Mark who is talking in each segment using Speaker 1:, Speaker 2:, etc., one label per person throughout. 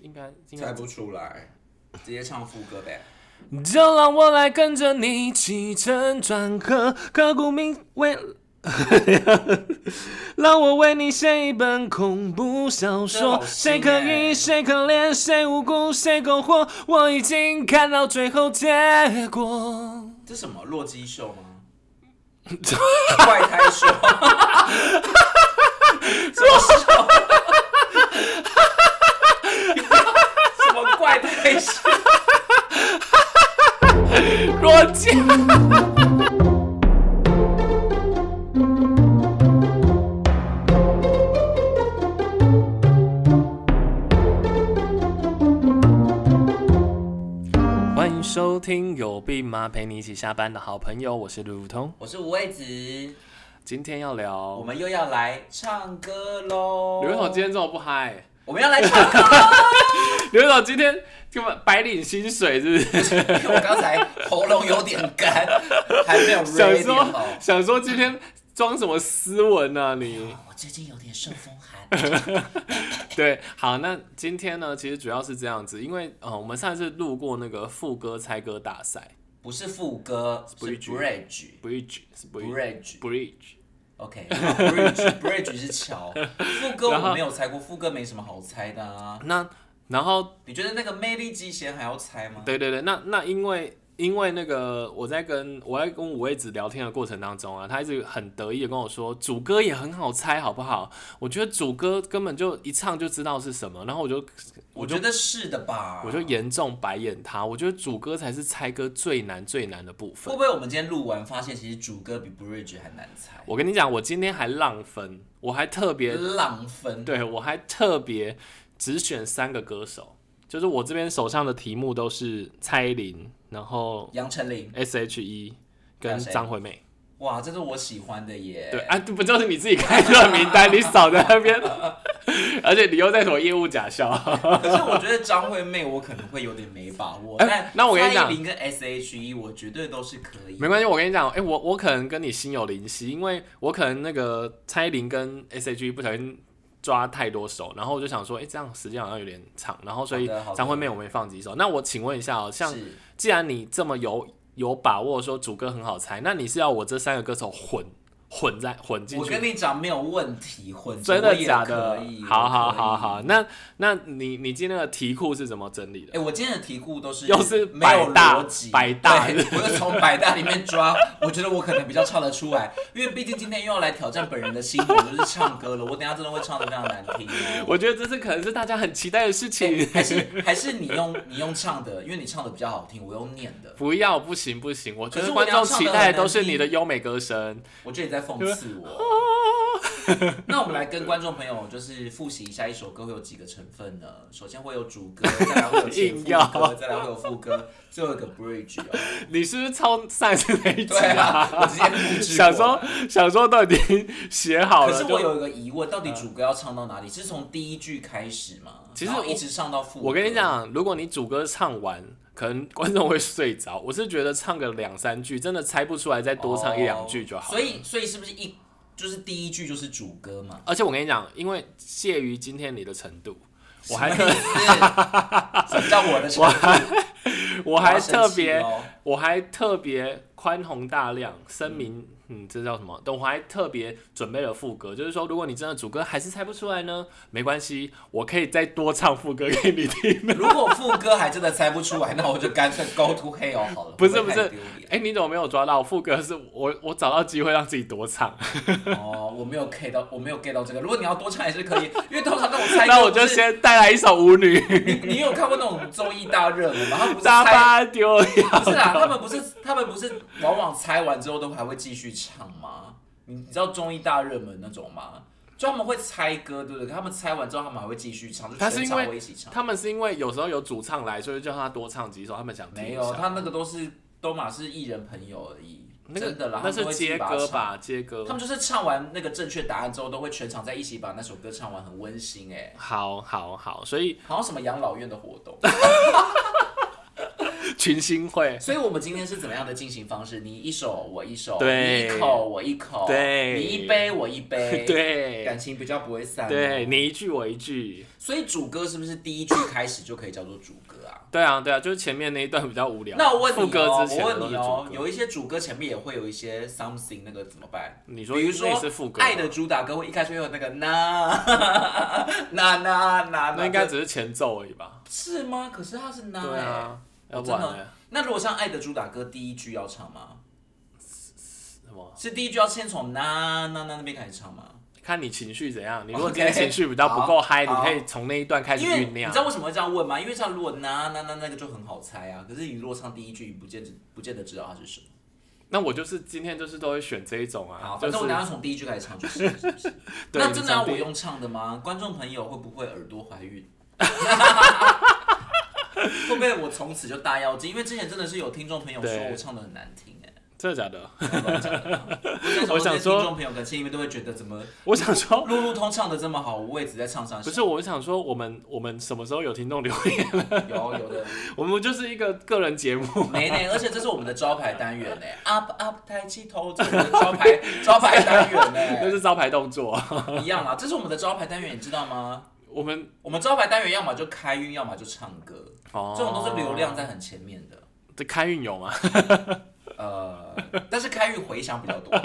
Speaker 1: 应该应
Speaker 2: 猜
Speaker 1: 该
Speaker 2: 不出来，直接唱副歌呗。
Speaker 1: 就让我来跟着你起承转合，刻骨铭为， 让我为你写一本恐怖小
Speaker 2: 这
Speaker 1: 说
Speaker 2: 好。新
Speaker 1: 谁可
Speaker 2: 欸
Speaker 1: 疑，谁可怜，谁无辜，谁苟活，我已经看到最后结果。
Speaker 2: 这什么洛基秀 吗？怪胎秀，什么秀？ 什么怪胎秀？
Speaker 1: 罗辑。欢迎收听有病吗？陪你一起下班的好朋友，我是路路通。
Speaker 2: 我是五味子，
Speaker 1: 今天要
Speaker 2: 我
Speaker 1: 聊，
Speaker 2: 们又要来唱歌喽。
Speaker 1: 刘一手今天这么不嗨，
Speaker 2: 我们要来唱歌。
Speaker 1: 刘一手今天根本白领薪水是不是？
Speaker 2: 我刚才喉咙有点干，还没有
Speaker 1: 想
Speaker 2: ready 好
Speaker 1: 说。想说今天装什么斯文啊你？
Speaker 2: 我最近有点受风寒。
Speaker 1: 对，好，那今天呢，其实主要是这样子，因为呃，我们上次路过那个副歌猜歌大赛
Speaker 2: 不是副歌，是
Speaker 1: Bridge
Speaker 2: bridge。
Speaker 1: ，bridge 是 bridge
Speaker 2: bridge
Speaker 1: bridge，
Speaker 2: OK bridge bridge 是桥，副歌
Speaker 1: 然后
Speaker 2: 我没有 猜过，副歌没什么好猜的啊。
Speaker 1: 那然后
Speaker 2: 你觉得那个魅力极限还要猜吗？
Speaker 1: 对对对，那那因为因为那个我在跟我在跟五位子聊天的过程当中啊，他一直很得意的跟我说，主歌也很好猜，好不好？我觉得主歌根本就一唱就知道是什么，然后我就
Speaker 2: 我觉得是的吧。
Speaker 1: 我就严重白眼他，我觉得主歌才是猜歌最难最难的部
Speaker 2: 会
Speaker 1: 分
Speaker 2: 不。会我们今天录完发现，其实主歌比 bridge 还难猜，
Speaker 1: 我跟你讲，我今天还浪分，我还特别
Speaker 2: 浪分。
Speaker 1: 对我还特别只选三个歌手，就是我这边手上的题目都是蔡依林，然后
Speaker 2: 杨丞琳，
Speaker 1: S.H.E
Speaker 2: 还
Speaker 1: 跟
Speaker 2: 有谁哎
Speaker 1: 张惠妹。
Speaker 2: 哇，这是我喜欢的耶。
Speaker 1: 对啊，这不就是你自己开的名单，你扫在那边， 而且你又在什么业务假笑？
Speaker 2: 可是我觉得张惠妹，我可能会有点没把握。
Speaker 1: 哎
Speaker 2: 但
Speaker 1: 那我跟你讲
Speaker 2: 蔡依林跟 S.H.E，我绝对都是可以
Speaker 1: 没。关系，我跟你讲，哎、我我可能跟你心有灵犀，因为我可能那个蔡依林跟 S.H.E 不小心。抓太多首，然后我就想说，哎、这样时间好像有点长，然后所以
Speaker 2: 好的好的
Speaker 1: 张惠妹我没放几首。那我请问一下哦、像
Speaker 2: 是
Speaker 1: 既然你这么有有把握说主歌很好猜，那你是要我这三个歌手混混在混进
Speaker 2: 我
Speaker 1: 去？
Speaker 2: 跟你讲没有问题，混着
Speaker 1: 真的
Speaker 2: 我也
Speaker 1: 假的
Speaker 2: 可以？啊
Speaker 1: 好好好。
Speaker 2: 我可
Speaker 1: 好，
Speaker 2: 以
Speaker 1: 那那你你今天的题库是怎么整理的？
Speaker 2: 哎、我今天的题库都是
Speaker 1: 又是
Speaker 2: 没有
Speaker 1: 百大
Speaker 2: 逻辑，
Speaker 1: 百大
Speaker 2: 对我就从百大里面抓，我觉得我可能比较唱得出来，因为毕竟今天又要来挑战本人的心魔，就是唱歌了。我等一下真的会唱得非常难听哦。
Speaker 1: 我觉得这是可能是大家很期待的事情。
Speaker 2: 哎还是还是你用你用唱的，因为你唱的比较好听，我用念的，
Speaker 1: 不要，不行不行，我觉
Speaker 2: 可
Speaker 1: 得
Speaker 2: 是我
Speaker 1: 观众
Speaker 2: 要唱得
Speaker 1: 期待
Speaker 2: 很
Speaker 1: 的都是
Speaker 2: 难听
Speaker 1: 你的优美歌声。
Speaker 2: 我觉得你在讽刺 我。那我们来跟观众朋友就是复习一下一首歌会有几个成分呢？首先会有主歌，再来会 有前副
Speaker 1: 硬要
Speaker 2: 歌，再来会有副歌，最后一个 bridge 哦。
Speaker 1: 你是不是超 上一次那一集
Speaker 2: 对啊，我直接复制。
Speaker 1: 想说想说都已经写好
Speaker 2: 可
Speaker 1: 了，
Speaker 2: 是
Speaker 1: 就嗯
Speaker 2: 我有一个疑问，到底主歌要唱到哪里？是从第一句开始吗？
Speaker 1: 其实
Speaker 2: 然后
Speaker 1: 我
Speaker 2: 一直唱到副歌。
Speaker 1: 我跟你，讲，如果你主歌唱完，可能观众会睡着。 我是觉得唱个两三句，真的猜不出来，再多唱一两句就好。
Speaker 2: 哦所以，所以是不是一就是第一句就是主歌嘛？
Speaker 1: 而且我跟你讲，因为介于今天你的程 度，我还
Speaker 2: 什么
Speaker 1: 特
Speaker 2: 意 思？什么叫我的程度？
Speaker 1: 我还
Speaker 2: 要生气哦
Speaker 1: 特别
Speaker 2: 咯
Speaker 1: 我还特别宽宏大量，声明，嗯，这叫什么？但我还特别准备了副歌，就是说，如果你真的主歌还是猜不出来呢，没关系，我可以再多唱副歌给你听。
Speaker 2: 如果副歌还真的猜不出来，那我就干脆 go to hell 好了。
Speaker 1: 不是
Speaker 2: 会
Speaker 1: 不
Speaker 2: 会
Speaker 1: 是
Speaker 2: 太丢脸
Speaker 1: 哎、你怎么没有抓到副歌？是我我找到机会让自己多唱。
Speaker 2: 哦，我没有 get 到，我没有 get 到这个。如果你要多唱也是可以，因为通常那种猜 歌，
Speaker 1: 那我就。先带来一首舞 女。
Speaker 2: 你你有看过那种综艺大热门吗？他们不是
Speaker 1: 大
Speaker 2: 猜，
Speaker 1: 巴丢呀！
Speaker 2: 不是 啦，他们不是他们不是往往猜完之后都还会继续唱吗？你你知道综艺大热门那种吗？就他们会猜歌，对不对？他们猜完之后，他们还会继续唱，就
Speaker 1: 他是
Speaker 2: 全
Speaker 1: 因
Speaker 2: 场
Speaker 1: 为
Speaker 2: 会一起唱。
Speaker 1: 他们是因为有时候有主唱来，所以叫他多唱几首，他们想听
Speaker 2: 没
Speaker 1: 一
Speaker 2: 有，
Speaker 1: 下。
Speaker 2: 他那个都是都嘛是艺人朋友而已，
Speaker 1: 那
Speaker 2: 真的
Speaker 1: 个
Speaker 2: 啦。
Speaker 1: 那
Speaker 2: 他们
Speaker 1: 是
Speaker 2: 都会自己
Speaker 1: 接
Speaker 2: 把它
Speaker 1: 歌
Speaker 2: 唱
Speaker 1: 吧？接歌
Speaker 2: 他。们就是唱完那个正确答案之后，都会全场在一起把那首歌唱完，很温馨哎、
Speaker 1: 好好好，所以
Speaker 2: 好像什么养老院的活动。
Speaker 1: 群星会，
Speaker 2: 所以我们今天是怎么样的进行方式？你一手我一手，
Speaker 1: 对
Speaker 2: 你一口我一口，
Speaker 1: 对
Speaker 2: 你一杯我一杯，，感
Speaker 1: 对
Speaker 2: 情比较不会散。
Speaker 1: 对，，你一句我一句。
Speaker 2: 所以主歌是不是第一句开始就可以叫做主歌啊？
Speaker 1: 对啊，对啊，就是前面那一段比较无聊。
Speaker 2: 那我问你
Speaker 1: 副歌
Speaker 2: 哦，
Speaker 1: 之
Speaker 2: 我
Speaker 1: 前
Speaker 2: 问
Speaker 1: 都是
Speaker 2: 你
Speaker 1: 主
Speaker 2: 哦，
Speaker 1: 歌
Speaker 2: 有一些主歌前面也会有一些 something，那个怎么办？
Speaker 1: 你说
Speaker 2: 比如说
Speaker 1: 那也是副歌吗
Speaker 2: 《爱的主打歌》会一开始会有那个呐 呐呐呐，
Speaker 1: 那应该只是前奏而已吧？
Speaker 2: 是吗？可是它是呐、
Speaker 1: 对啊，
Speaker 2: 欸
Speaker 1: 要
Speaker 2: 我
Speaker 1: 不
Speaker 2: 真
Speaker 1: 然
Speaker 2: 的
Speaker 1: 呢？。
Speaker 2: 那如果像《爱的主打歌》第一句要唱吗？
Speaker 1: 什么？
Speaker 2: 是第一句要先从呐呐呐那边开始唱吗？
Speaker 1: 看你情绪怎样。你如果
Speaker 2: OK，
Speaker 1: 今天情绪比较不够嗨，你
Speaker 2: 好
Speaker 1: 可以从那一段开始
Speaker 2: 因为
Speaker 1: 酝
Speaker 2: 你
Speaker 1: 酿
Speaker 2: 知。道为什么会这样问吗？因为像如果呐呐呐那个就很好猜啊，可是你如果唱第一句，你不见得不见得知道它是什么。
Speaker 1: 那我就是今天就是都会选这一种
Speaker 2: 好，
Speaker 1: 啊，就
Speaker 2: 反正我
Speaker 1: 是
Speaker 2: 等下从第一句开始唱就是。是不是
Speaker 1: 对
Speaker 2: 那真的要我
Speaker 1: 你从第
Speaker 2: 用唱的吗？观众朋友会不会耳朵怀孕？ 会不会我从此就大妖精？因为之前真的是有听众朋友说
Speaker 1: 对
Speaker 2: 我唱的很难听哎、
Speaker 1: 真的假的？
Speaker 2: 我
Speaker 1: 我
Speaker 2: 想
Speaker 1: 想
Speaker 2: 说，
Speaker 1: 说
Speaker 2: 听众朋友可能心里面都会觉得怎么
Speaker 1: 我想说，
Speaker 2: 路路通唱的这么好，我也只在唱上
Speaker 1: 不
Speaker 2: 小。
Speaker 1: 是，我想说，我们我们什么时候有听众留言？
Speaker 2: 有有的
Speaker 1: 我们就是一个个人节目，
Speaker 2: 没呢，而且这是我们的招牌单元呢、up up 抬起头，这是我们的招牌招牌单元呢、
Speaker 1: 那是招牌动作。啊
Speaker 2: 一样啦，这是我们的招牌单元，你知道吗？
Speaker 1: 我们
Speaker 2: 我们招牌单元要么就开运，要么就唱歌，
Speaker 1: 哦，
Speaker 2: 这种都是流量在很前面的。
Speaker 1: 这开运有 吗？
Speaker 2: 呃，但是开运回响比较多。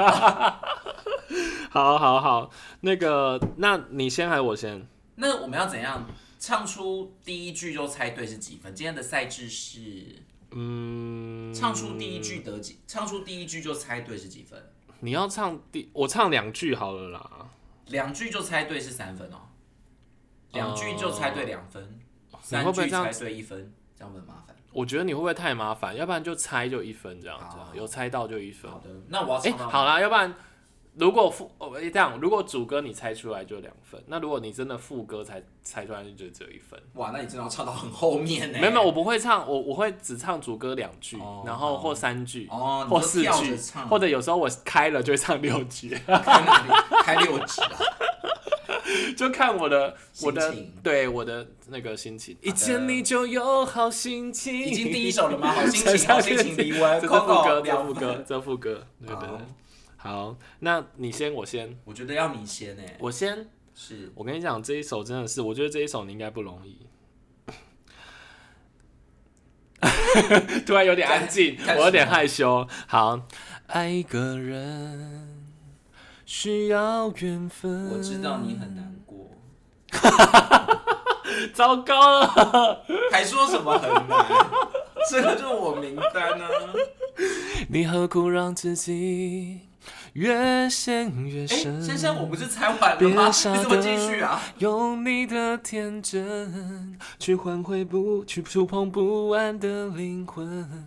Speaker 1: 好好好，那个，那你先还是我先？
Speaker 2: 那我们要怎样唱出第一句就猜对是几分？今天的赛制是
Speaker 1: 嗯，
Speaker 2: 唱出第一句得几？唱出第一句就猜对是几分？
Speaker 1: 你要唱第，我唱两句好了啦。
Speaker 2: 两句就猜对是三分哦，两句就猜对两分，
Speaker 1: 哦你
Speaker 2: 三
Speaker 1: 会不
Speaker 2: 句
Speaker 1: 会这样
Speaker 2: 猜对一分，这样会很麻烦。
Speaker 1: 我觉得你会不会太麻烦？要不然就猜就一分这样子
Speaker 2: 好
Speaker 1: 啊，有猜到就一分
Speaker 2: 好。的，那我要
Speaker 1: 哎、
Speaker 2: 唱到、
Speaker 1: 好啦，要不然如果副哦诶这样，如果主歌你猜出来就两分，那如果你真的副歌才猜出来就只有一分。
Speaker 2: 哇，那你真的要唱到很后面欸呢、
Speaker 1: 没有没有，我不会唱，我我会只唱主歌两句，
Speaker 2: 哦
Speaker 1: 然后或三句，
Speaker 2: 哦，
Speaker 1: 或四
Speaker 2: 你就跳
Speaker 1: 句
Speaker 2: 着，唱，
Speaker 1: 或者有时候我开了就会唱六句，
Speaker 2: 开六开六指啊，
Speaker 1: 就看我的我的
Speaker 2: 心情
Speaker 1: 对我的那个心情。一
Speaker 2: 的
Speaker 1: 见你就有好心情，
Speaker 2: 已经第一首了 吗？好心情，好心情，离温，
Speaker 1: 这是副
Speaker 2: Coco
Speaker 1: 歌，这
Speaker 2: 两
Speaker 1: 是副
Speaker 2: 分
Speaker 1: 歌，这是副歌，对对
Speaker 2: 好
Speaker 1: 对。好，那你先，我先，
Speaker 2: 我觉得要你先诶、
Speaker 1: 我先。
Speaker 2: 是
Speaker 1: 我跟你讲，这一首真的是，我觉得这一首你应该不容易。 突然有点安静
Speaker 2: 开，始
Speaker 1: 我有点害羞。好，爱一个人需要缘分。
Speaker 2: 我知道你很难过，
Speaker 1: 糟糕了。
Speaker 2: 还说什么很难？这个就是我名单啊！
Speaker 1: 你何苦让自己越陷越
Speaker 2: 哎、
Speaker 1: 深？
Speaker 2: 先生，我不是猜完了
Speaker 1: 别
Speaker 2: 吗？
Speaker 1: 傻
Speaker 2: 你怎么继续啊？
Speaker 1: 用你的天真去换回不去触碰不安的灵魂。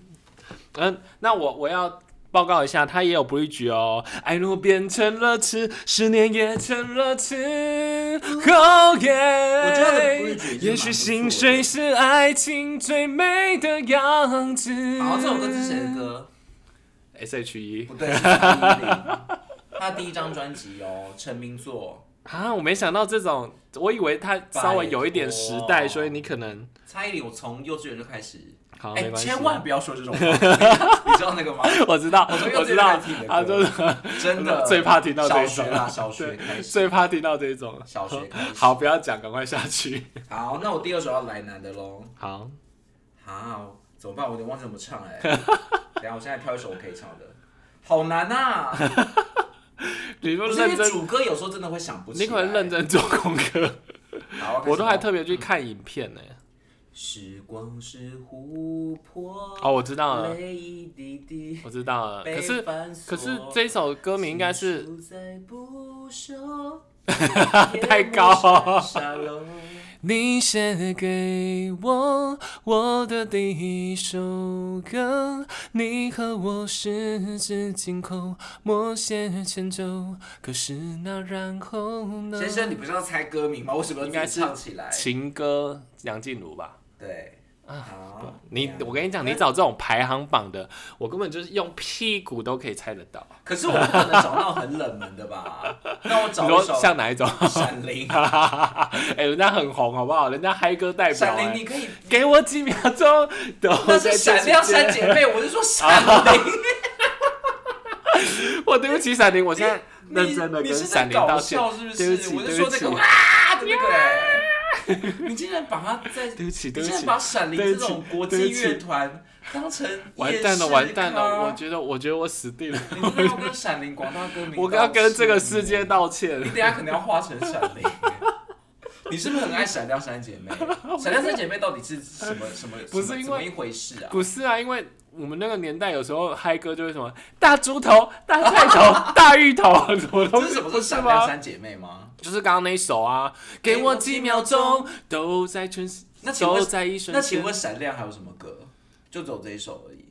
Speaker 1: 嗯，那我我要报告一下，他也有 bridge 哦。爱若变成了痴，思念也成了痴。哦耶！
Speaker 2: 我觉得他的 bridge 已经蛮不错的
Speaker 1: 也许心碎是爱情最美的样子。
Speaker 2: 好，这首歌是谁的歌？
Speaker 1: ？S.H.E
Speaker 2: 不对，是蔡依林。 他第一张专辑哦，《成名作
Speaker 1: 啊，我没想到这种，我以为他稍微有一点时
Speaker 2: 拜托
Speaker 1: 代，所以你可能》。
Speaker 2: 蔡依林，我从幼稚园就开始。
Speaker 1: 好
Speaker 2: 哎、
Speaker 1: 哦没关系。
Speaker 2: 千万不要说这种话， 你知道那个吗？
Speaker 1: 我知道，
Speaker 2: 从
Speaker 1: 我
Speaker 2: 幼稚
Speaker 1: 知
Speaker 2: 园开
Speaker 1: 道
Speaker 2: 始听你的歌
Speaker 1: 啊，就是
Speaker 2: 真的
Speaker 1: 最怕听到这
Speaker 2: 小
Speaker 1: 一
Speaker 2: 学
Speaker 1: 种
Speaker 2: 啦，小学开始。
Speaker 1: 最怕听到这种。
Speaker 2: 小学开始
Speaker 1: 好，不要讲，赶快下 去。
Speaker 2: 好，那我第二首要来男的喽。
Speaker 1: 好，
Speaker 2: 好，怎么办？我有点忘记怎么唱 哎、等一下，我现在挑一首我可以唱的，好难 呐、啊！
Speaker 1: 你
Speaker 2: 不
Speaker 1: 们
Speaker 2: 是因
Speaker 1: 认
Speaker 2: 为
Speaker 1: 真，
Speaker 2: 主歌有时候真的会想不起来。
Speaker 1: 你可能认。真做功 课。
Speaker 2: 好，
Speaker 1: 我都还
Speaker 2: 开始咯。
Speaker 1: 特别去看影片呢。
Speaker 2: 时光是琥珀。
Speaker 1: 哦，我知道了，
Speaker 2: 泪一滴滴。
Speaker 1: 我知道了。可是
Speaker 2: 被反锁
Speaker 1: 可是这首歌名应该是
Speaker 2: 情书在不朽
Speaker 1: 太高了
Speaker 2: 沙漏
Speaker 1: 你写给我我的第一首歌，你和我十指紧扣，默写前奏。可是那然后呢？
Speaker 2: 先生，你不是要猜歌名吗？为什么要
Speaker 1: 应该
Speaker 2: 自
Speaker 1: 是
Speaker 2: 己唱起来？
Speaker 1: 情歌，梁静茹吧？
Speaker 2: 对，啊
Speaker 1: 你
Speaker 2: 对啊
Speaker 1: 我跟你讲，你找这种排行榜的，我根本就是用屁股都可以猜得到。
Speaker 2: 可是我不可能找到很冷门的 吧？那我
Speaker 1: 你
Speaker 2: 找
Speaker 1: 说
Speaker 2: 一首
Speaker 1: 像哪一种？
Speaker 2: 《闪灵》。
Speaker 1: 哎、人家很红，好不好？人家嗨歌代表、
Speaker 2: 闪灵，
Speaker 1: 哎
Speaker 2: 你可以，
Speaker 1: 给我几秒钟，等 我
Speaker 2: 那
Speaker 1: 再
Speaker 2: 是
Speaker 1: 去
Speaker 2: 闪亮
Speaker 1: 接
Speaker 2: 三姐妹，我是说闪
Speaker 1: 啊
Speaker 2: 灵。
Speaker 1: 我对不起闪灵，我现在
Speaker 2: 你
Speaker 1: 认真的
Speaker 2: 你
Speaker 1: 跟
Speaker 2: 是
Speaker 1: 闪
Speaker 2: 在
Speaker 1: 灵
Speaker 2: 搞
Speaker 1: 道歉
Speaker 2: 笑是不
Speaker 1: 对不
Speaker 2: 是？
Speaker 1: 起，
Speaker 2: 我是
Speaker 1: 对
Speaker 2: 说
Speaker 1: 不
Speaker 2: 那
Speaker 1: 起
Speaker 2: 个，啊的那个欸， 你竟然把它在，
Speaker 1: 对
Speaker 2: 你
Speaker 1: 不起，对
Speaker 2: 竟
Speaker 1: 不
Speaker 2: 然
Speaker 1: 起，
Speaker 2: 把闪灵
Speaker 1: 对
Speaker 2: 这
Speaker 1: 不起
Speaker 2: 种国
Speaker 1: 对
Speaker 2: 际
Speaker 1: 不起
Speaker 2: 乐团当成
Speaker 1: 完
Speaker 2: 夜
Speaker 1: 蛋了，
Speaker 2: 市
Speaker 1: 完蛋了！
Speaker 2: 咖
Speaker 1: 我觉得，我觉得我死定了，
Speaker 2: 你真的要跟闪灵广大歌迷，
Speaker 1: 我要跟这个世界，道歉
Speaker 2: 你。等一下可能要化成闪灵。你是不是很爱闪亮 三姐妹？闪亮三姐妹到底是什么什么？
Speaker 1: 不是
Speaker 2: 什么
Speaker 1: 因为
Speaker 2: 怎么一回事啊？
Speaker 1: 不是啊，因为我们那个年代有时候嗨歌就会什么大猪头、大菜 头、大芋头，什么东
Speaker 2: 这
Speaker 1: 西
Speaker 2: 是什么？
Speaker 1: 不是
Speaker 2: 是闪亮
Speaker 1: 吗？
Speaker 2: 三姐妹吗？
Speaker 1: 就是刚刚那一首啊，给我几秒钟，都在瞬，
Speaker 2: 那请
Speaker 1: 都
Speaker 2: 问
Speaker 1: 在一瞬间。
Speaker 2: 那请问闪亮还有什么歌？就走这一首而已。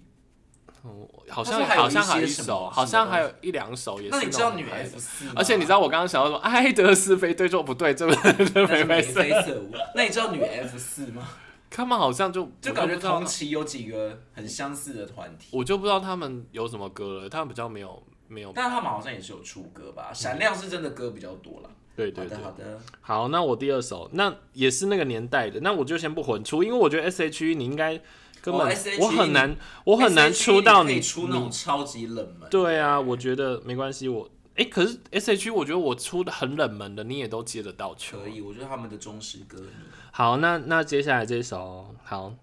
Speaker 1: 嗯，好
Speaker 2: 他
Speaker 1: 像
Speaker 2: 说还有
Speaker 1: 好像
Speaker 2: 一
Speaker 1: 还有
Speaker 2: 些
Speaker 1: 一
Speaker 2: 什么
Speaker 1: 首，
Speaker 2: 什
Speaker 1: 好
Speaker 2: 么
Speaker 1: 像
Speaker 2: 东
Speaker 1: 还有一两首也是
Speaker 2: 那你知道
Speaker 1: 种
Speaker 2: 女
Speaker 1: 嗨的
Speaker 2: F 四？
Speaker 1: 而且你知道我刚刚想到说，爱德是非对，说不对，这不这
Speaker 2: 那
Speaker 1: 眉飞
Speaker 2: 是眉
Speaker 1: 色。
Speaker 2: 飞色舞。那你知道女 F 四 吗？
Speaker 1: 他们好像就我
Speaker 2: 就
Speaker 1: 都
Speaker 2: 感觉
Speaker 1: 不知道
Speaker 2: 同期有几个很相似的团体，
Speaker 1: 我就不知道他们有什么歌了，他们比较没有没有。
Speaker 2: 但他们好像也是有出歌吧？闪亮是真的歌比较多啦。
Speaker 1: 对
Speaker 2: 好
Speaker 1: 对对
Speaker 2: 的，好的，
Speaker 1: 好，那我第二首，那也是那个年代的，那我就先不混出，因为我觉得 S H E 你应该根
Speaker 2: 哦
Speaker 1: 本
Speaker 2: ，S.H.E
Speaker 1: 我很难，我很难出到
Speaker 2: SHE E 可
Speaker 1: 你
Speaker 2: 以出那种超级冷门。
Speaker 1: 对啊，我觉得没关系，我哎、可是 S H E 我觉得我出的很冷门的，你也都接得到球。
Speaker 2: 可以，我觉得他们的忠实歌迷。
Speaker 1: 好，那那接下来这首好。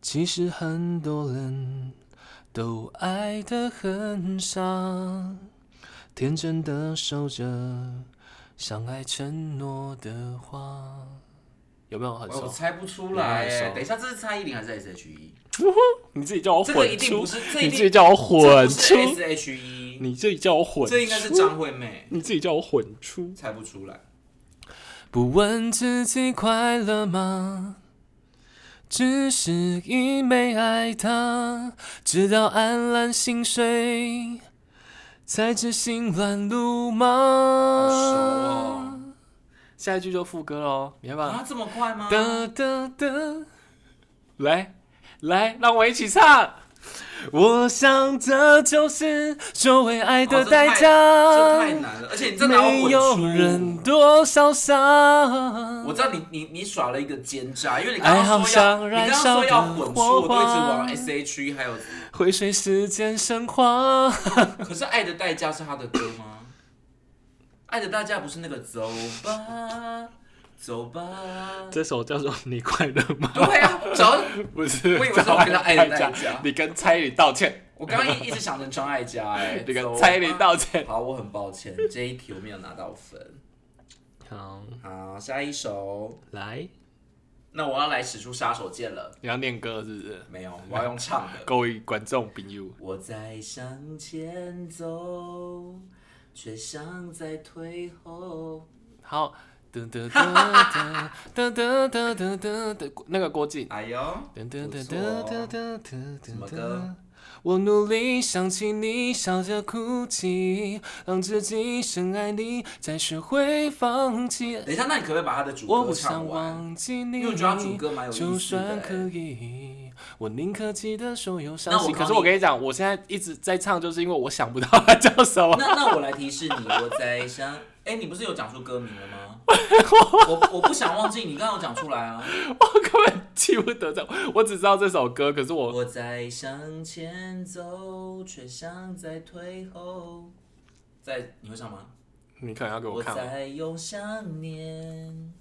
Speaker 1: 其实很多人都爱得很傻，天真的守着相爱承诺的话，有没有很
Speaker 2: 我
Speaker 1: 熟？
Speaker 2: 猜不出来
Speaker 1: 很
Speaker 2: 欸，
Speaker 1: 熟
Speaker 2: 等一下，这是蔡依林还是 E？S.H.E？
Speaker 1: 你自己叫我
Speaker 2: 这个
Speaker 1: 混
Speaker 2: 一定
Speaker 1: 出
Speaker 2: 不，是，这一
Speaker 1: 你自己
Speaker 2: 定
Speaker 1: 叫我
Speaker 2: 这
Speaker 1: 混
Speaker 2: 不
Speaker 1: 出
Speaker 2: 是，S.H.E，
Speaker 1: 你自己叫我混
Speaker 2: 这应该是
Speaker 1: 出，
Speaker 2: 张惠妹，
Speaker 1: 你自己叫我混出。
Speaker 2: 猜不出来。
Speaker 1: 不问自己快乐吗？只是因为爱他，直到黯然心碎，才知心乱如麻。
Speaker 2: 好熟哦，
Speaker 1: 下一句就副歌喽，你要不要？
Speaker 2: 啊，这么快吗？
Speaker 1: 哒哒哒，来来，让我一起唱。我想这就是所谓爱的代价。
Speaker 2: 这太难了，而且你这拿我
Speaker 1: 没
Speaker 2: 混
Speaker 1: 有
Speaker 2: 出
Speaker 1: 人多潇洒。
Speaker 2: 我知道你你你耍了一个奸诈，因为你刚
Speaker 1: 爱好
Speaker 2: 刚说要
Speaker 1: 像
Speaker 2: 你
Speaker 1: 燃烧
Speaker 2: 刚刚说要
Speaker 1: 的
Speaker 2: 混出，
Speaker 1: 火
Speaker 2: 我都一直
Speaker 1: 花
Speaker 2: 往 S H E 还有，
Speaker 1: 会随时间升华。
Speaker 2: 可是《爱的代价》是他的歌吗？《爱的代价》不是那个走吧，走吧，
Speaker 1: 这首叫做《你快乐吗
Speaker 2: 对啊，找》，
Speaker 1: 不是
Speaker 2: 我以 为是我跟他爱的代价
Speaker 1: 你跟蔡依林道歉，
Speaker 2: 我刚刚一一直想成张艾嘉哎，
Speaker 1: 你跟
Speaker 2: 走
Speaker 1: 蔡依林
Speaker 2: 吧
Speaker 1: 道歉。
Speaker 2: 好，我很抱歉，这一题我没有拿到分。
Speaker 1: 好，
Speaker 2: 好，下一首，
Speaker 1: 来，
Speaker 2: 那我要来使出杀手锏了。
Speaker 1: 你要念歌是不是？
Speaker 2: 没有，我要用唱的。
Speaker 1: 各位观众朋友，
Speaker 2: 我在向前走，却像在退后。
Speaker 1: 好。 噔噔噔噔噔噔噔噔噔噔，那个郭靖。
Speaker 2: 哎呦，
Speaker 1: 噔噔
Speaker 2: 不
Speaker 1: 噔噔
Speaker 2: 错
Speaker 1: 噔
Speaker 2: 哦
Speaker 1: 噔噔
Speaker 2: 什么
Speaker 1: 噔
Speaker 2: 歌
Speaker 1: 噔。我努力想起你，笑着哭泣，让自己深爱你，再学会放弃。
Speaker 2: 等一下，那你可不可以把他的主
Speaker 1: 我
Speaker 2: 歌
Speaker 1: 不
Speaker 2: 唱
Speaker 1: 想
Speaker 2: 完？
Speaker 1: 忘记你，
Speaker 2: 因为我觉得他主歌蛮有意思的
Speaker 1: 就算可以，我宁可记得所有伤
Speaker 2: 那我
Speaker 1: 心。
Speaker 2: 考
Speaker 1: 可是
Speaker 2: 你
Speaker 1: 我跟你讲，我现在一直在唱，就是因为我想不到它叫什么。
Speaker 2: 那那我来提示你，我在想，哎、你不是有讲出歌名 了吗？我我不想忘记，你刚刚有讲出来啊。
Speaker 1: 我根本记不得这，我只知道这首歌，可是我
Speaker 2: 我在向前走，却像在退后。在你会唱吗？
Speaker 1: 你可能要给我看哦。
Speaker 2: 在用想念。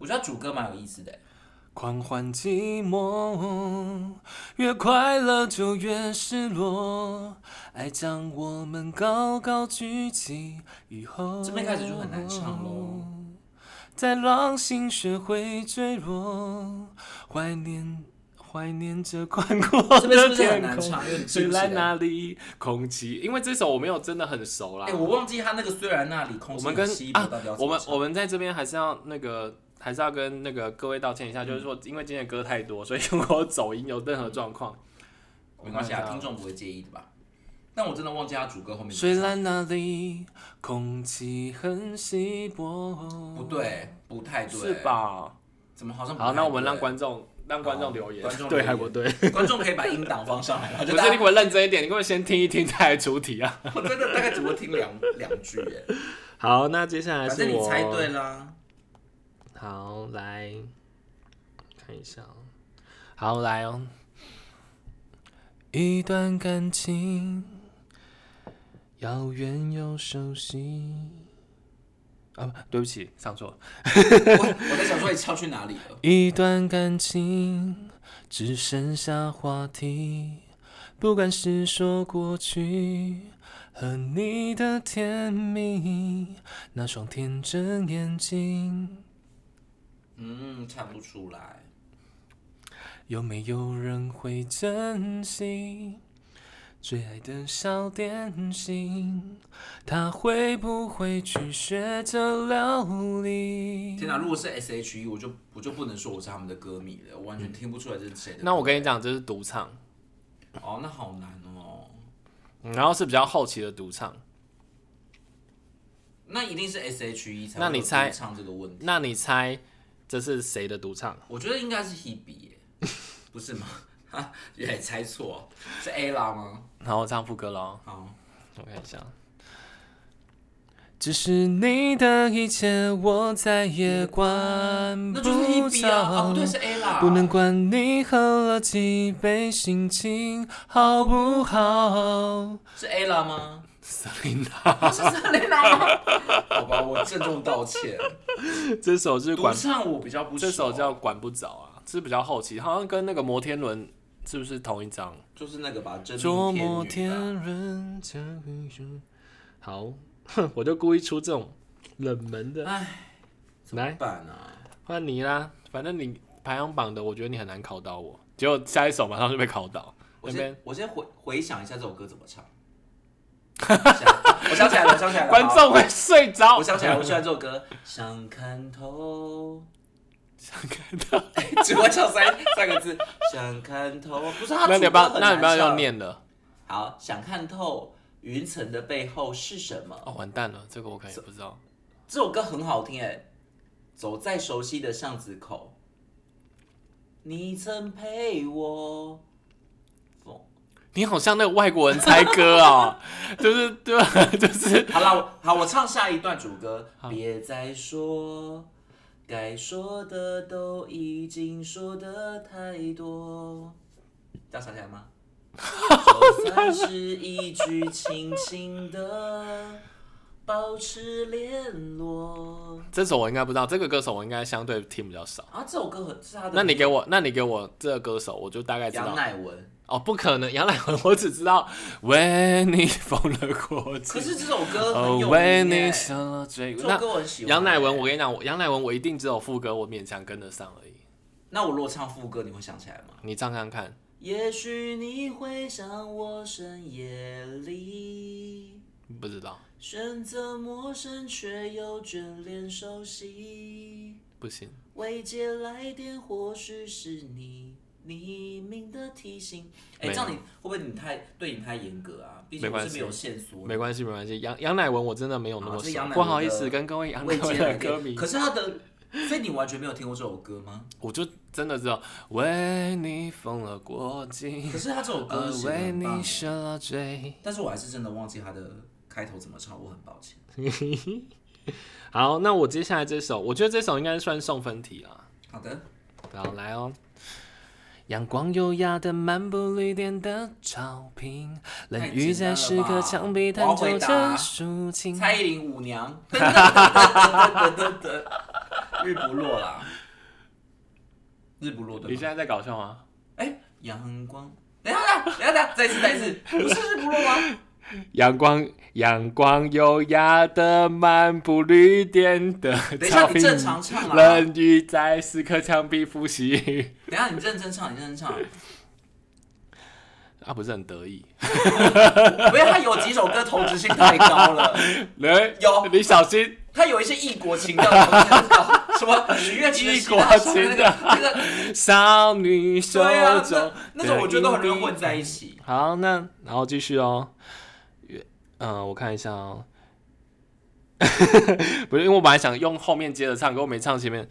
Speaker 2: 我觉得他主歌蛮有意思的、
Speaker 1: 狂欢寂寞，越快乐就越失落。爱将我们高高举起，以后
Speaker 2: 这边开始就很难唱喽。
Speaker 1: 再让心学会坠落，怀念怀念这宽阔
Speaker 2: 这边
Speaker 1: 的
Speaker 2: 是不是很
Speaker 1: 天
Speaker 2: 难
Speaker 1: 空。
Speaker 2: 唱？因为你记
Speaker 1: 虽
Speaker 2: 不起
Speaker 1: 然
Speaker 2: 来。
Speaker 1: 哪里空气，因为这首我没有真的很熟啦。
Speaker 2: 哎、我忘记他那个虽然那里空
Speaker 1: 我
Speaker 2: 气
Speaker 1: 们
Speaker 2: 很
Speaker 1: 跟
Speaker 2: 稀薄，
Speaker 1: 啊
Speaker 2: 到底要，怎
Speaker 1: 我
Speaker 2: 么
Speaker 1: 们
Speaker 2: 唱
Speaker 1: 我们在这边还是要那个，还是要跟那个各位道歉一下，
Speaker 2: 嗯
Speaker 1: 就是说，因为今天的歌太多，所以如果走音有任何状况，
Speaker 2: 嗯没关系
Speaker 1: 我
Speaker 2: 啊，
Speaker 1: 们
Speaker 2: 听众不会介意的吧？但我真的忘记他主歌后面怎
Speaker 1: 虽
Speaker 2: 么唱。
Speaker 1: 然那里空气很稀薄，
Speaker 2: 不，对，不太对，
Speaker 1: 是？吧？
Speaker 2: 怎么好像不
Speaker 1: 好，那我们
Speaker 2: 太
Speaker 1: 让
Speaker 2: 对
Speaker 1: 观众让观众
Speaker 2: 好
Speaker 1: 留言，
Speaker 2: 观众
Speaker 1: 对
Speaker 2: 留
Speaker 1: 还
Speaker 2: 言
Speaker 1: 不对？
Speaker 2: 观众可以把音档放上 来吗？就
Speaker 1: 不
Speaker 2: 大
Speaker 1: 是，你
Speaker 2: 家
Speaker 1: 给我认真一点，你给我先听一听再来主题啊。
Speaker 2: 我真的大概只会听两两句耶，
Speaker 1: 好，那接下来
Speaker 2: 反
Speaker 1: 是
Speaker 2: 正你
Speaker 1: 我
Speaker 2: 猜对啦。
Speaker 1: 好，来看一下、哦。好，来哦。一段感情，遥远又熟悉。啊，不对不起，唱错了。
Speaker 2: 我我在想说你跳去哪里了？
Speaker 1: 一段感情只剩下话题，不管是说过去和你的甜蜜，那双天真眼睛。
Speaker 2: 嗯，看不出来。
Speaker 1: 有没有人会珍惜最爱的小点心？他会不会去学着料理？
Speaker 2: 天哪，如果是 S H E，我就我就不能说我是他们的歌迷了，我完全听不出来这是谁的歌。
Speaker 1: 那我跟你讲，这是独唱，
Speaker 2: 哦，那好难哦。
Speaker 1: 嗯然后是比较后期的独唱。
Speaker 2: 那一定是 S H E 才会
Speaker 1: 那你
Speaker 2: 有
Speaker 1: 猜
Speaker 2: 唱这个问题？
Speaker 1: 那你猜这是谁的独唱？
Speaker 2: 我觉得应该是 Hebe 耶，不是吗？哈，原来猜错，是 Ella 吗？
Speaker 1: 然后我唱副歌喽，
Speaker 2: 好，
Speaker 1: 我看一下。只是你的一切，我再也管
Speaker 2: 那就是 Hebe 啊，
Speaker 1: 哦
Speaker 2: 啊不对，是 Ella。
Speaker 1: 不能管你喝了几杯，心情好不好？
Speaker 2: 是 Ella 吗？
Speaker 1: 瑟琳娜，
Speaker 2: 是 Selena 吗？好吧，我郑重道歉。
Speaker 1: 这首是
Speaker 2: 独
Speaker 1: 管，
Speaker 2: 唱我比较不熟，
Speaker 1: 这首叫管不着啊，是比较后期，好像跟那个摩天轮是不是同一张？
Speaker 2: 就是那个吧，真
Speaker 1: 捉摸
Speaker 2: 命天
Speaker 1: 天
Speaker 2: 女吧。啊
Speaker 1: 人，这一生好， 哼我就故意出这种冷门的。
Speaker 2: 唉，
Speaker 1: 来
Speaker 2: 版啊，
Speaker 1: 换你啦，反正你排行榜的，我觉得你很难考倒我。结果下一首马上就被考倒，
Speaker 2: 我
Speaker 1: 那边
Speaker 2: 先我先回回想一下这首歌怎么 唱。我想起来了，我想起来了，
Speaker 1: 观
Speaker 2: 好，
Speaker 1: 众会睡着。
Speaker 2: 我想起来，我喜欢这首歌。想看透，哎
Speaker 1: 想看到，
Speaker 2: 只会唱三三个字。想看透，不是他
Speaker 1: 那你
Speaker 2: 主
Speaker 1: 要
Speaker 2: 歌
Speaker 1: 不要？
Speaker 2: 很
Speaker 1: 那你
Speaker 2: 难
Speaker 1: 不要要
Speaker 2: 唱。
Speaker 1: 念了。
Speaker 2: 好，想看透云层的背后是什么？
Speaker 1: 哦，完蛋了，这个我可能也不知道。
Speaker 2: 这首歌很好听哎，走在熟悉的巷子口，你曾陪我。风
Speaker 1: 你好像那个外国人猜歌哦， 就是对吧？ 就是
Speaker 2: 好啦，我好，我唱下一段主歌。别再说，该说的都已经说的太多。这样想起来 吗？就算是一句轻轻的，保持联络。
Speaker 1: 这首我应该不知道，这个歌手我应该相对听比较少。
Speaker 2: 啊，这首歌很是他的。
Speaker 1: 那你给我，那你给我这个歌手，我就大概知
Speaker 2: 杨
Speaker 1: 道。
Speaker 2: 乃文。
Speaker 1: 哦，不可能，杨乃文，我只知道为你疯了过
Speaker 2: 可
Speaker 1: 去，
Speaker 2: 是这首歌很
Speaker 1: 哦，
Speaker 2: 有
Speaker 1: 为你
Speaker 2: 名耶
Speaker 1: 想了追
Speaker 2: 这首
Speaker 1: 那
Speaker 2: 歌我很喜欢。
Speaker 1: 杨乃文，我，跟你讲，我杨乃文我一定只有副歌，我勉强跟得上而已。
Speaker 2: 那我如果唱副歌，你会想起来吗？
Speaker 1: 你唱看看，
Speaker 2: 也许你会像我深夜里，
Speaker 1: 不知道，
Speaker 2: 选择陌生却又眷恋熟悉。
Speaker 1: 不行。
Speaker 2: 未接来电或许是你匿名的提醒。哎、
Speaker 1: 没有
Speaker 2: 这样你会不会你太对你太严格啊？毕竟
Speaker 1: 没
Speaker 2: 我
Speaker 1: 关
Speaker 2: 是
Speaker 1: 系
Speaker 2: 没有线索的。
Speaker 1: 没关系，没关系。杨杨乃文我真的没有那
Speaker 2: 好
Speaker 1: 么
Speaker 2: 这是
Speaker 1: 熟
Speaker 2: 杨，乃
Speaker 1: 不
Speaker 2: 文
Speaker 1: 好意
Speaker 2: 的
Speaker 1: 思跟各位杨乃
Speaker 2: 未
Speaker 1: 文
Speaker 2: 接
Speaker 1: 的
Speaker 2: 来
Speaker 1: 歌
Speaker 2: 电，
Speaker 1: 迷。
Speaker 2: 可是他的，所以你完全没有听过这首歌吗？
Speaker 1: 我就真的知道，为你疯了过境
Speaker 2: 可，是他这首歌
Speaker 1: 而
Speaker 2: 写得
Speaker 1: 为
Speaker 2: 很棒
Speaker 1: 你
Speaker 2: 耶
Speaker 1: 受了罪。
Speaker 2: 但是我还是真的忘记他的开头怎么唱，我很抱歉。
Speaker 1: 好，那我接下来这首，我觉得这首应该算送分题啦。
Speaker 2: 好的，
Speaker 1: 好，来哦。阳光优雅的漫步绿店的草坪，冷雨在石刻墙壁弹奏着抒情。
Speaker 2: 蔡依林舞娘， 噔噔噔噔噔噔噔，日不落啦，日不落
Speaker 1: 你
Speaker 2: 对
Speaker 1: 现
Speaker 2: 吧？
Speaker 1: 在在搞笑吗？
Speaker 2: 哎，阳光，等一下，等一下，等一下，再一次，再一次，不是日不落吗？
Speaker 1: 阳光，阳光优雅的漫步绿店的
Speaker 2: 等一下，
Speaker 1: 草
Speaker 2: 你
Speaker 1: 坪，
Speaker 2: 正常唱啊！
Speaker 1: 冷雨在石刻墙壁复习。
Speaker 2: 等一下，你认真唱，你认真唱。
Speaker 1: 啊，不是很得意。
Speaker 2: 不要，他有几首歌同质性太高了，
Speaker 1: 来，
Speaker 2: 有
Speaker 1: 你小心，
Speaker 2: 他有一些异国情调同质性很高，什么许愿池的希腊少女那个那个，
Speaker 1: 少女手
Speaker 2: 对啊，
Speaker 1: 中
Speaker 2: 那那种我觉得都很容易混在一起。
Speaker 1: 好，那然后继续哦。嗯、呃我看一下哦。 不是，因为我本来想用后面接着唱，可我没唱前面。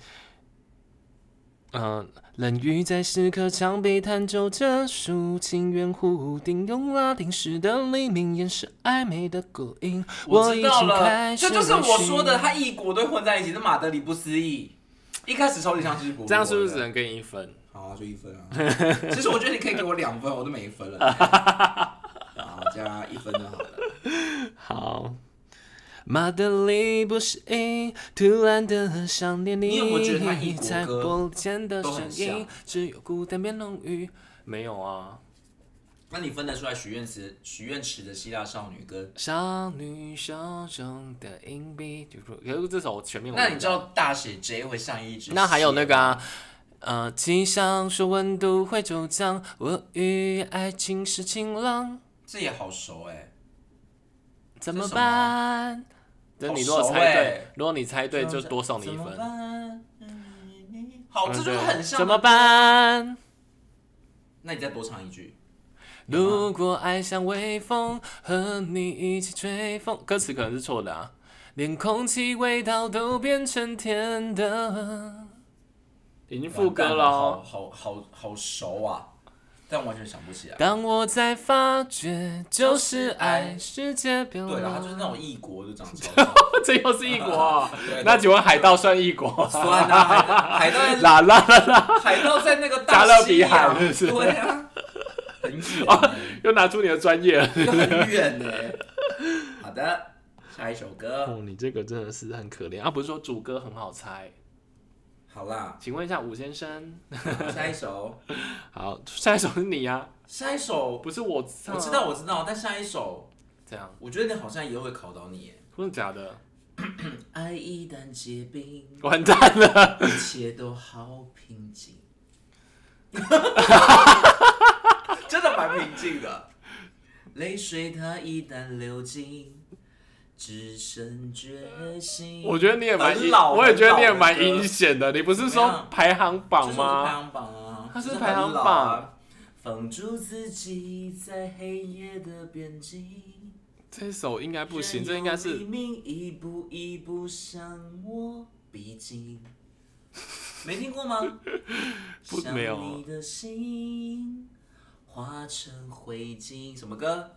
Speaker 1: 嗯，冷雨在时刻墙壁探究着抒情圆弧顶，用拉丁式的黎明掩饰暧昧的果蝇。
Speaker 2: 我
Speaker 1: 已
Speaker 2: 知道
Speaker 1: 经
Speaker 2: 了，
Speaker 1: 开
Speaker 2: 这
Speaker 1: 始
Speaker 2: 就是我说的，
Speaker 1: 微醺
Speaker 2: 他异国都混在一起，是马德里不思议。一开始超级像是国，
Speaker 1: 这样是不是只？能给你一分？
Speaker 2: 好啊，就一分啊。其实我觉得你可以给我两分，我都没分了。 好，加一分就好了。
Speaker 1: 好。马德里不是因突然的想念你，
Speaker 2: 你有没有觉得他异国歌
Speaker 1: 在玻璃前的
Speaker 2: 都很
Speaker 1: 声音
Speaker 2: 像，
Speaker 1: 只有孤单变浓郁。没有啊，
Speaker 2: 那你分得出来许愿池许愿池的希腊少女跟？
Speaker 1: 少女手中的硬币，就是说可是这首全面我
Speaker 2: 那
Speaker 1: 都
Speaker 2: 你
Speaker 1: 不
Speaker 2: 知道大写 J 会像一只？
Speaker 1: 那还有那个啊，呃，气象说温度会骤降，我与爱情是晴朗，
Speaker 2: 这也好熟哎、
Speaker 1: 怎么
Speaker 2: 这是什么
Speaker 1: 办？等你如果
Speaker 2: 好熟
Speaker 1: 猜对，
Speaker 2: 欸
Speaker 1: 如果你猜对就多送你一
Speaker 2: 怎么
Speaker 1: 分。
Speaker 2: 办嗯好，这就
Speaker 1: 嗯对
Speaker 2: 很像。
Speaker 1: 怎么？办？
Speaker 2: 那你再多唱一句。
Speaker 1: 如果爱像微风，和你一起吹风，歌词可能是错的啊，连空气味道都变成甜的。已经副歌
Speaker 2: 完蛋
Speaker 1: 了
Speaker 2: 了，
Speaker 1: 哦
Speaker 2: 好。好好好熟啊，但完全想不起来。
Speaker 1: 当我在发觉，就是爱，世界变
Speaker 2: 对了，他
Speaker 1: 了
Speaker 2: 就。是那种异国就长超像。
Speaker 1: 这又是异国哦、
Speaker 2: 对
Speaker 1: 那请问海盗算异国？
Speaker 2: 算啊，海海盗
Speaker 1: 啦啦啦啦！
Speaker 2: 海盗在那个
Speaker 1: 加
Speaker 2: 大
Speaker 1: 勒
Speaker 2: 西
Speaker 1: 比海
Speaker 2: 洋
Speaker 1: 是不是哦
Speaker 2: 对啊，很远欸，
Speaker 1: 又拿出你的专业了。
Speaker 2: 就很远呢。好的，下一首歌，
Speaker 1: 哦，你这个真的是很可怜啊！不是说主歌很好猜？
Speaker 2: 好啦，
Speaker 1: 请问一下吴先生，
Speaker 2: 下一首，
Speaker 1: 好，下一首是你啊，
Speaker 2: 下 一首，
Speaker 1: 不是我
Speaker 2: 我
Speaker 1: 我
Speaker 2: 知道我知道，但下一首，
Speaker 1: 这样，
Speaker 2: 我觉得你好像也会考到你欸。
Speaker 1: 真的假的？
Speaker 2: 爱一旦结冰，
Speaker 1: 完蛋了！
Speaker 2: 一切都好平 静，真的蛮平静的。泪水它一旦流尽，只剩决心。
Speaker 1: 我觉得你也蛮
Speaker 2: 很
Speaker 1: 阴，
Speaker 2: 老
Speaker 1: 我也觉得你也
Speaker 2: 很老的
Speaker 1: 蛮
Speaker 2: 歌
Speaker 1: 阴险的。你不是
Speaker 2: 怎么
Speaker 1: 说
Speaker 2: 样
Speaker 1: 排行榜
Speaker 2: 这就是排
Speaker 1: 吗？
Speaker 2: 行榜啊，
Speaker 1: 它是
Speaker 2: 就是
Speaker 1: 排行榜
Speaker 2: 很老啊。放逐自己在黑夜的边境，
Speaker 1: 这首应该不行，这应该
Speaker 2: 任由
Speaker 1: 是
Speaker 2: 黎明一步一步向我逼近。 没听过吗？
Speaker 1: 不
Speaker 2: 像
Speaker 1: 没有
Speaker 2: 你的心化成灰烬，什么歌？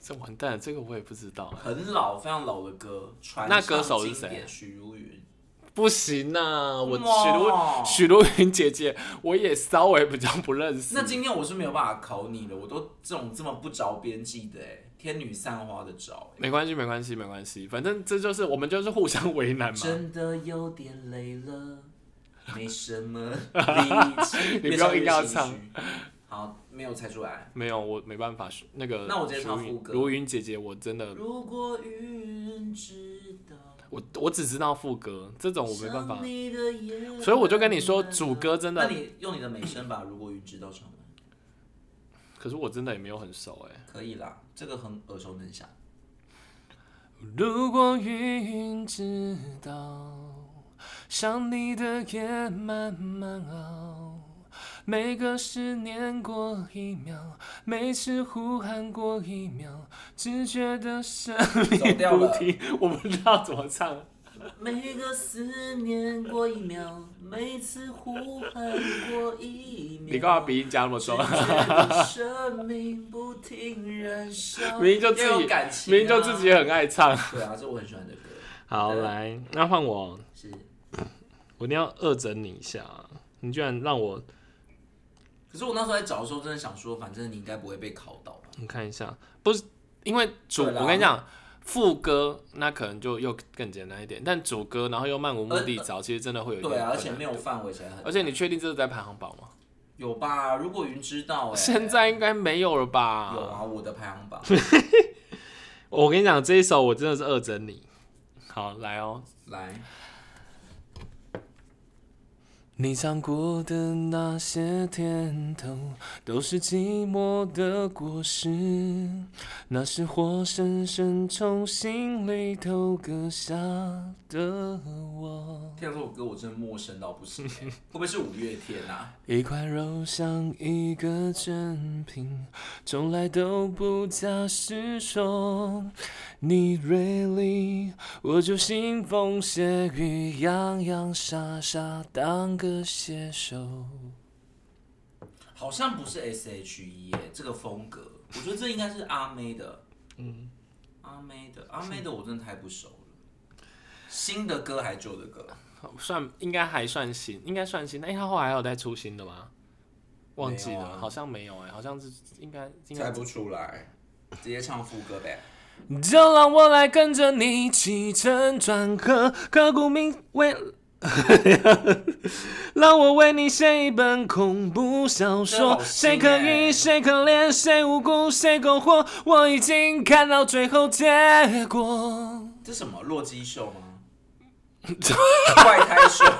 Speaker 1: 这完蛋了，这个我也不知道。
Speaker 2: 很老，非常老的歌。传
Speaker 1: 那歌手是谁啊
Speaker 2: 唱经典许茹芸。
Speaker 1: 不行啊，我
Speaker 2: 哇
Speaker 1: 许茹许茹芸姐姐，我也稍微比较不认识
Speaker 2: 那。今天我是没有办法考你的，我都这种这么不着边际的、哎，天女散花的找、哎
Speaker 1: 没关系，没关系，没关系，反正这就是我们就是互相为难嘛。。
Speaker 2: 真的有点累了，没什么力气
Speaker 1: 你不要硬要唱
Speaker 2: 越唱越心虚。好，没有猜出来。
Speaker 1: 没有，我没办法。那个，
Speaker 2: 那我直接唱
Speaker 1: 如云
Speaker 2: 副歌
Speaker 1: 如云姐姐，我真的，
Speaker 2: 如果云知道，
Speaker 1: 我我只知道副歌，这种我没办法
Speaker 2: 想。啊你的夜
Speaker 1: 所以我就跟你说，主歌真
Speaker 2: 那
Speaker 1: 的，
Speaker 2: 你用你的美声把《如果云知道》唱完，
Speaker 1: 可是我真的也没有很熟哎。
Speaker 2: 可以啦，这个很耳熟能 详。
Speaker 1: 如果云知道，想你的夜慢慢熬，每个思念过一秒，每次呼喊过一秒，只觉得生
Speaker 2: 走
Speaker 1: 命
Speaker 2: 掉
Speaker 1: 不
Speaker 2: 了
Speaker 1: 停。我不知道怎么唱。
Speaker 2: 每个思念过一秒，每次呼喊过一秒。
Speaker 1: 你干嘛鼻音加 那么
Speaker 2: 只
Speaker 1: 重
Speaker 2: 觉？得生命不停燃烧，
Speaker 1: 明明就自己
Speaker 2: 要有感情、啊，
Speaker 1: 明明就自己。很爱唱。
Speaker 2: 对啊，这我很喜欢的歌。
Speaker 1: 好，来，那换我，
Speaker 2: 是，
Speaker 1: 我一定要恶整你一下。啊你居然让我，
Speaker 2: 可是我那时候在找的时候，真的想说，反正你应该不会被考到吧？
Speaker 1: 你看一下，不是因为主，
Speaker 2: 对啦
Speaker 1: 我跟你讲，副歌那可能就又更简单一点，但主歌然后又漫无目的找，其实真的会有一点
Speaker 2: 呃对啊，而
Speaker 1: 困
Speaker 2: 且
Speaker 1: 难
Speaker 2: 没有范围才很
Speaker 1: 而且你确定这是在排行榜吗？
Speaker 2: 有吧？如果云知道、欸，
Speaker 1: 现在应该没有了
Speaker 2: 有
Speaker 1: 吧？
Speaker 2: 啊，我的排行榜
Speaker 1: 我跟你讲，这一首我真的是恶整你。好，来哦，
Speaker 2: 来，
Speaker 1: 你尝过的那些甜头，都是寂寞的果实。那是活生生从心里头割下的我，
Speaker 2: 天啊，这首歌我真的陌生到不 行、欸，会不会是五月天啊？
Speaker 1: 一块肉像一个真品，从来都不假思索。你 really，我就信奉血雨，洋洋洒洒当个个写手。
Speaker 2: 好像不是 S H E 耶这个风格，我觉得这应该是阿妹的，嗯，阿妹的阿妹的我真的太不熟了，新的歌还是旧的歌？
Speaker 1: 好哦算应该还算新，应该算新。哎、他后来还有再出新的吗？忘记
Speaker 2: 没
Speaker 1: 了，
Speaker 2: 有啊
Speaker 1: 好像没有哎、好像是应该应
Speaker 2: 猜
Speaker 1: 该。
Speaker 2: 不出来，直接唱副歌呗。
Speaker 1: 就让我来跟着你起承转合，刻骨铭为，让我为你写一本恐怖小
Speaker 2: 这
Speaker 1: 说
Speaker 2: 好。新
Speaker 1: 谁可
Speaker 2: 欸
Speaker 1: 疑，谁可怜，谁无辜，谁苟活，我已经看到最后结果。
Speaker 2: 这什么洛基秀 吗？怪胎 秀，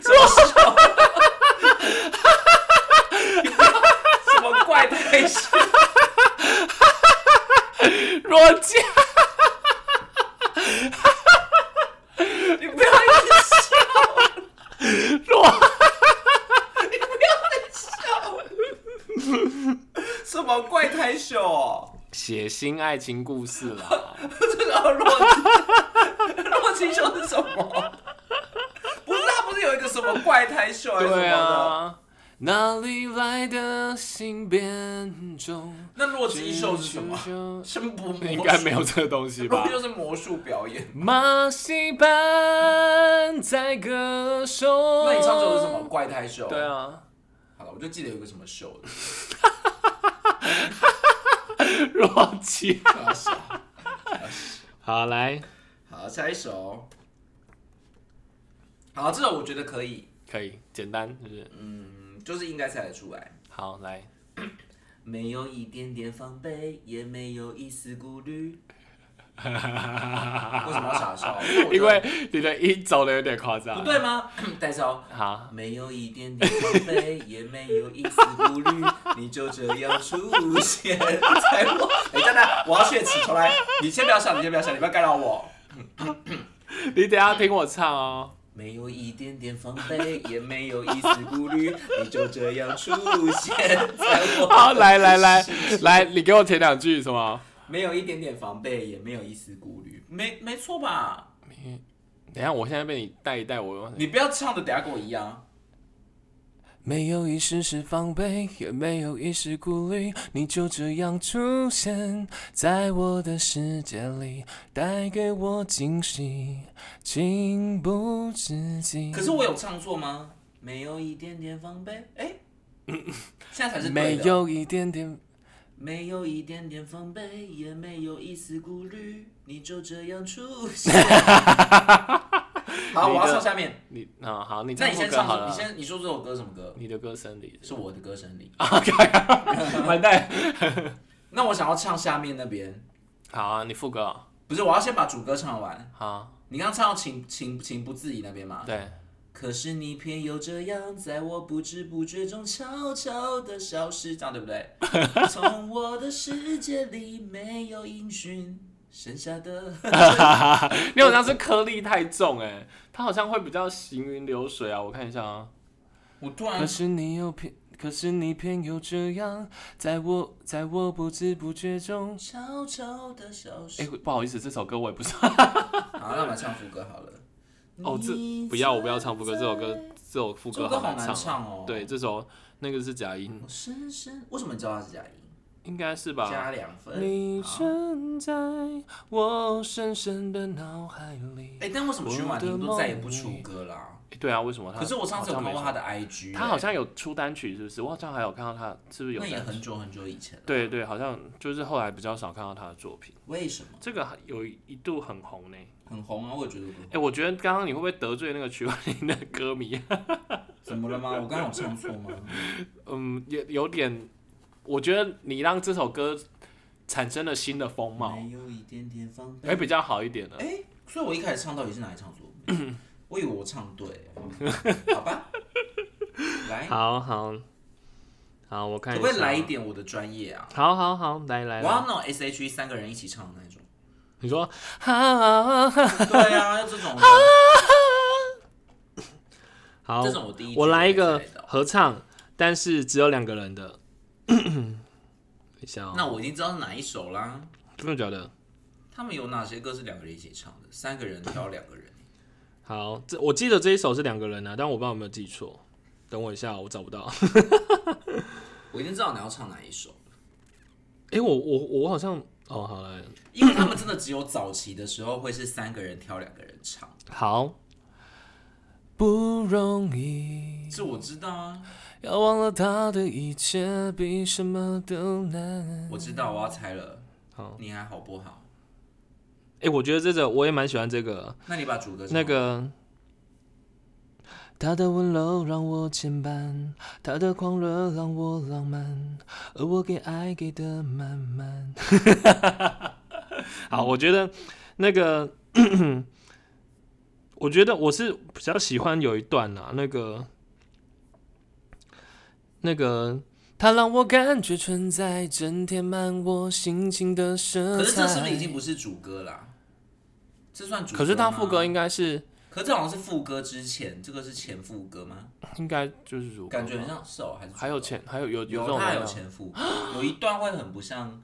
Speaker 2: 洛秀，什么怪胎秀？
Speaker 1: 若见。
Speaker 2: 你不要一直笑，什么怪胎秀、哦？
Speaker 1: 血腥爱情故事啦，
Speaker 2: 这个洛基洛基秀是什么？不是他不是有一个什么怪胎秀还是什么
Speaker 1: 对
Speaker 2: 的？
Speaker 1: 啊，哪里来的新变种？
Speaker 2: 那洛基秀是什么？是不
Speaker 1: 应该没有这个东西
Speaker 2: 洛
Speaker 1: 吧
Speaker 2: 基？秀是魔术表演。
Speaker 1: 马戏班在歌手。
Speaker 2: 那你唱这首是什么？？怪胎秀？
Speaker 1: 对。啊，
Speaker 2: 好了，我就记得有个什么秀的。
Speaker 1: 若琪。
Speaker 2: 不要笑
Speaker 1: 好，来，
Speaker 2: 好，下一首。好，这首我觉得可以，
Speaker 1: 可以，简单，就是
Speaker 2: 嗯，就是应该猜得出来。
Speaker 1: 好，来，
Speaker 2: 没有一点点防备，也没有一丝顾虑。为什么要傻笑？我觉
Speaker 1: 因
Speaker 2: 得
Speaker 1: 为你的音走的有点夸张，
Speaker 2: 不对吗？ 戴少，
Speaker 1: 好，
Speaker 2: 没有一点点防备，也没有一丝顾虑，你就这样出现在我。哎，真的，我要血起重来。你先不要笑，你先不要笑，你不要干扰我。
Speaker 1: 你等一下听我唱哦。
Speaker 2: 没有一点点防备，也没有一丝顾 虑，你就这样出现在我。
Speaker 1: 好，来来 来来，你给我填两句什么？
Speaker 2: 没有一点点防备，也没有一丝顾虑，没没错吧？
Speaker 1: 等一下，我现在被你带一带，我
Speaker 2: 你不要唱的，等下跟我一样。
Speaker 1: 没有一丝是防备，也没有一丝顾虑，你就这样出现在我的世界里，带给我惊喜，情不自禁。
Speaker 2: 可是我有唱错吗？没有一点点防备，哎、现在才是对
Speaker 1: 没
Speaker 2: 的。
Speaker 1: 有一点点，
Speaker 2: 没有一点点防备，也没有一丝顾虑，你就这样出现。 好，我要唱下面。
Speaker 1: 你啊好，你
Speaker 2: 那
Speaker 1: 唱
Speaker 2: 你
Speaker 1: 副
Speaker 2: 先
Speaker 1: 歌
Speaker 2: 唱
Speaker 1: 好
Speaker 2: 首，
Speaker 1: 了
Speaker 2: 你，先你说这首歌什么歌？
Speaker 1: 你的歌声里
Speaker 2: 是我的歌声里。
Speaker 1: 啊，完蛋，
Speaker 2: 那我想要唱下面那边，
Speaker 1: 好啊，你副歌哦
Speaker 2: 不是我要先把主歌唱完。
Speaker 1: 好，
Speaker 2: 你刚刚唱到情情情不自已那边嘛？
Speaker 1: 对，
Speaker 2: 可是你偏又这样，在我不知不觉中悄悄的消失，这样对不对？ 从我的世界里没有音讯，剩下的。
Speaker 1: 你好像是颗粒太重哎、它好像会比较行云流水啊，我看一下啊。
Speaker 2: 我突然
Speaker 1: 可是你又偏，可是你偏又这样，在我在我不知不觉中。
Speaker 2: 悄悄的消失。
Speaker 1: 哎、不好意思，这首歌我也不知 道。
Speaker 2: 好，那我们唱副歌好了。
Speaker 1: 哦，这不要，我不要唱副歌，这首歌这首副
Speaker 2: 这首
Speaker 1: 歌
Speaker 2: 歌好
Speaker 1: 难
Speaker 2: 难唱哦。
Speaker 1: 对，，这首那个是假音，
Speaker 2: 我深深，为什么你知道它是假音？
Speaker 1: 应该是吧？
Speaker 2: 加两分。
Speaker 1: 你
Speaker 2: 好
Speaker 1: 存在我深深的脑海里。
Speaker 2: 哎，但为什么徐婉婷都再也不出歌啦？
Speaker 1: 诶对啊，为什么他？
Speaker 2: 可是我上次有
Speaker 1: 好像
Speaker 2: 看
Speaker 1: 没
Speaker 2: 过
Speaker 1: 出
Speaker 2: 她的 IG，
Speaker 1: 他好像有出单曲，是不是？我好像还有看到他，是不是有
Speaker 2: 那也
Speaker 1: 单曲？
Speaker 2: 很久很久以前了。
Speaker 1: 对对，好像就是后来比较少看到他的作品。
Speaker 2: 为什么？
Speaker 1: 这个有一度很红呢、
Speaker 2: 很红啊，我也觉得不
Speaker 1: 哎、我觉得刚刚你会不会得罪那个曲婉婷的歌迷？
Speaker 2: 怎么了吗？我刚刚有唱错 吗？
Speaker 1: 嗯，有有点，我觉得你让这首歌产生了新的风貌，
Speaker 2: 没有一点点防备
Speaker 1: 哎、。比较好一点了。
Speaker 2: 哎，所以我一开始唱到底是哪里唱错？我以为我唱对，好吧。来，
Speaker 1: 好好好，我看
Speaker 2: 可
Speaker 1: 一
Speaker 2: 不
Speaker 1: 下
Speaker 2: 可以来一点我的专业啊？
Speaker 1: 好好好，来来
Speaker 2: 我
Speaker 1: 来，
Speaker 2: 要那种 S H E 三个人一起唱的那种。
Speaker 1: 你说，好，
Speaker 2: 对啊，这种的
Speaker 1: 好
Speaker 2: 这种我第一句
Speaker 1: 我来一
Speaker 2: 我
Speaker 1: 个
Speaker 2: 也猜到
Speaker 1: 合唱，但是只有两个人的。 等一下哦，
Speaker 2: 那我已经知道是哪一首啦。
Speaker 1: 真的假的？
Speaker 2: 他们有哪些歌是两个人一起唱的？三个人挑两个人。
Speaker 1: 好，这我记得这一首是两个人啊，但我不知道有没有记错。等我一下，哦我找不到。
Speaker 2: 我已经知道你要唱哪一首，
Speaker 1: 诶，我我我好像哦，好了，
Speaker 2: 因为他们真的只有早期的时候会是三个人挑两个人唱，
Speaker 1: 好，不容易，
Speaker 2: 这我知道啊，
Speaker 1: 要忘了他的一切比什么都难。
Speaker 2: 我知道，我要猜了。
Speaker 1: 好，
Speaker 2: 你还好不好？
Speaker 1: 诶，我觉得这个我也蛮喜欢这个。
Speaker 2: 那你把主歌唱
Speaker 1: 那个。他的温柔让我牵绊，他的狂热让我浪漫，而我给爱给的满满。
Speaker 2: 嗯
Speaker 1: 好，我觉得那个，我觉得我是比较喜欢有一段啊，那个，那个，他让我感觉存在，正填满我心情的色彩。
Speaker 2: 可是这是不是已经不是主歌啦？这算主歌吗
Speaker 1: 可是他副歌，应该是
Speaker 2: 可是这好像是副歌之前，这个是前副歌吗？
Speaker 1: 应该就是如
Speaker 2: 感觉很像是哦，还是主歌
Speaker 1: 还有前还有有这
Speaker 2: 有
Speaker 1: 种
Speaker 2: 它
Speaker 1: 人
Speaker 2: 有
Speaker 1: 啊
Speaker 2: 前副歌，有一段会很不像，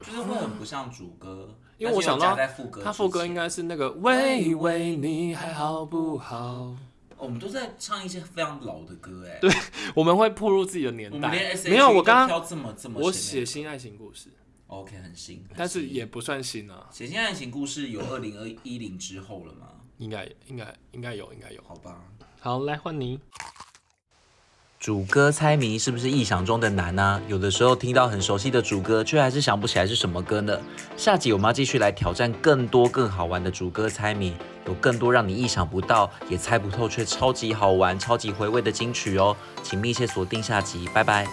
Speaker 2: 就是会很不像主歌，
Speaker 1: 因为我想到
Speaker 2: 但是又夹在副歌之前，
Speaker 1: 他副歌应该是那个喂喂你还好不好？
Speaker 2: 哦我们都在唱一些非常老的歌哎，
Speaker 1: 我们会步入自己的年
Speaker 2: 我们连
Speaker 1: 代
Speaker 2: S。E
Speaker 1: 没有，我刚刚
Speaker 2: 挑这么这么
Speaker 1: 我
Speaker 2: 前
Speaker 1: 写
Speaker 2: 面
Speaker 1: 新爱情故事，
Speaker 2: OK 很新，很
Speaker 1: 但是
Speaker 2: 新
Speaker 1: 也不算新啊，
Speaker 2: 写新爱情故事有二零二一零之后了吗？
Speaker 1: 应该应该应该有应该有。
Speaker 2: 好吧。
Speaker 1: 好，来换你。
Speaker 2: 主歌猜谜是不是意想中的难呢、啊有的时候听到很熟悉的主歌，却还是想不起来是什么歌呢？下集我们要继续来挑战更多更好玩的主歌猜谜，有更多让你意想不到、也猜不透却超级好玩、超级回味的金曲哦！请密切锁定下集，拜拜。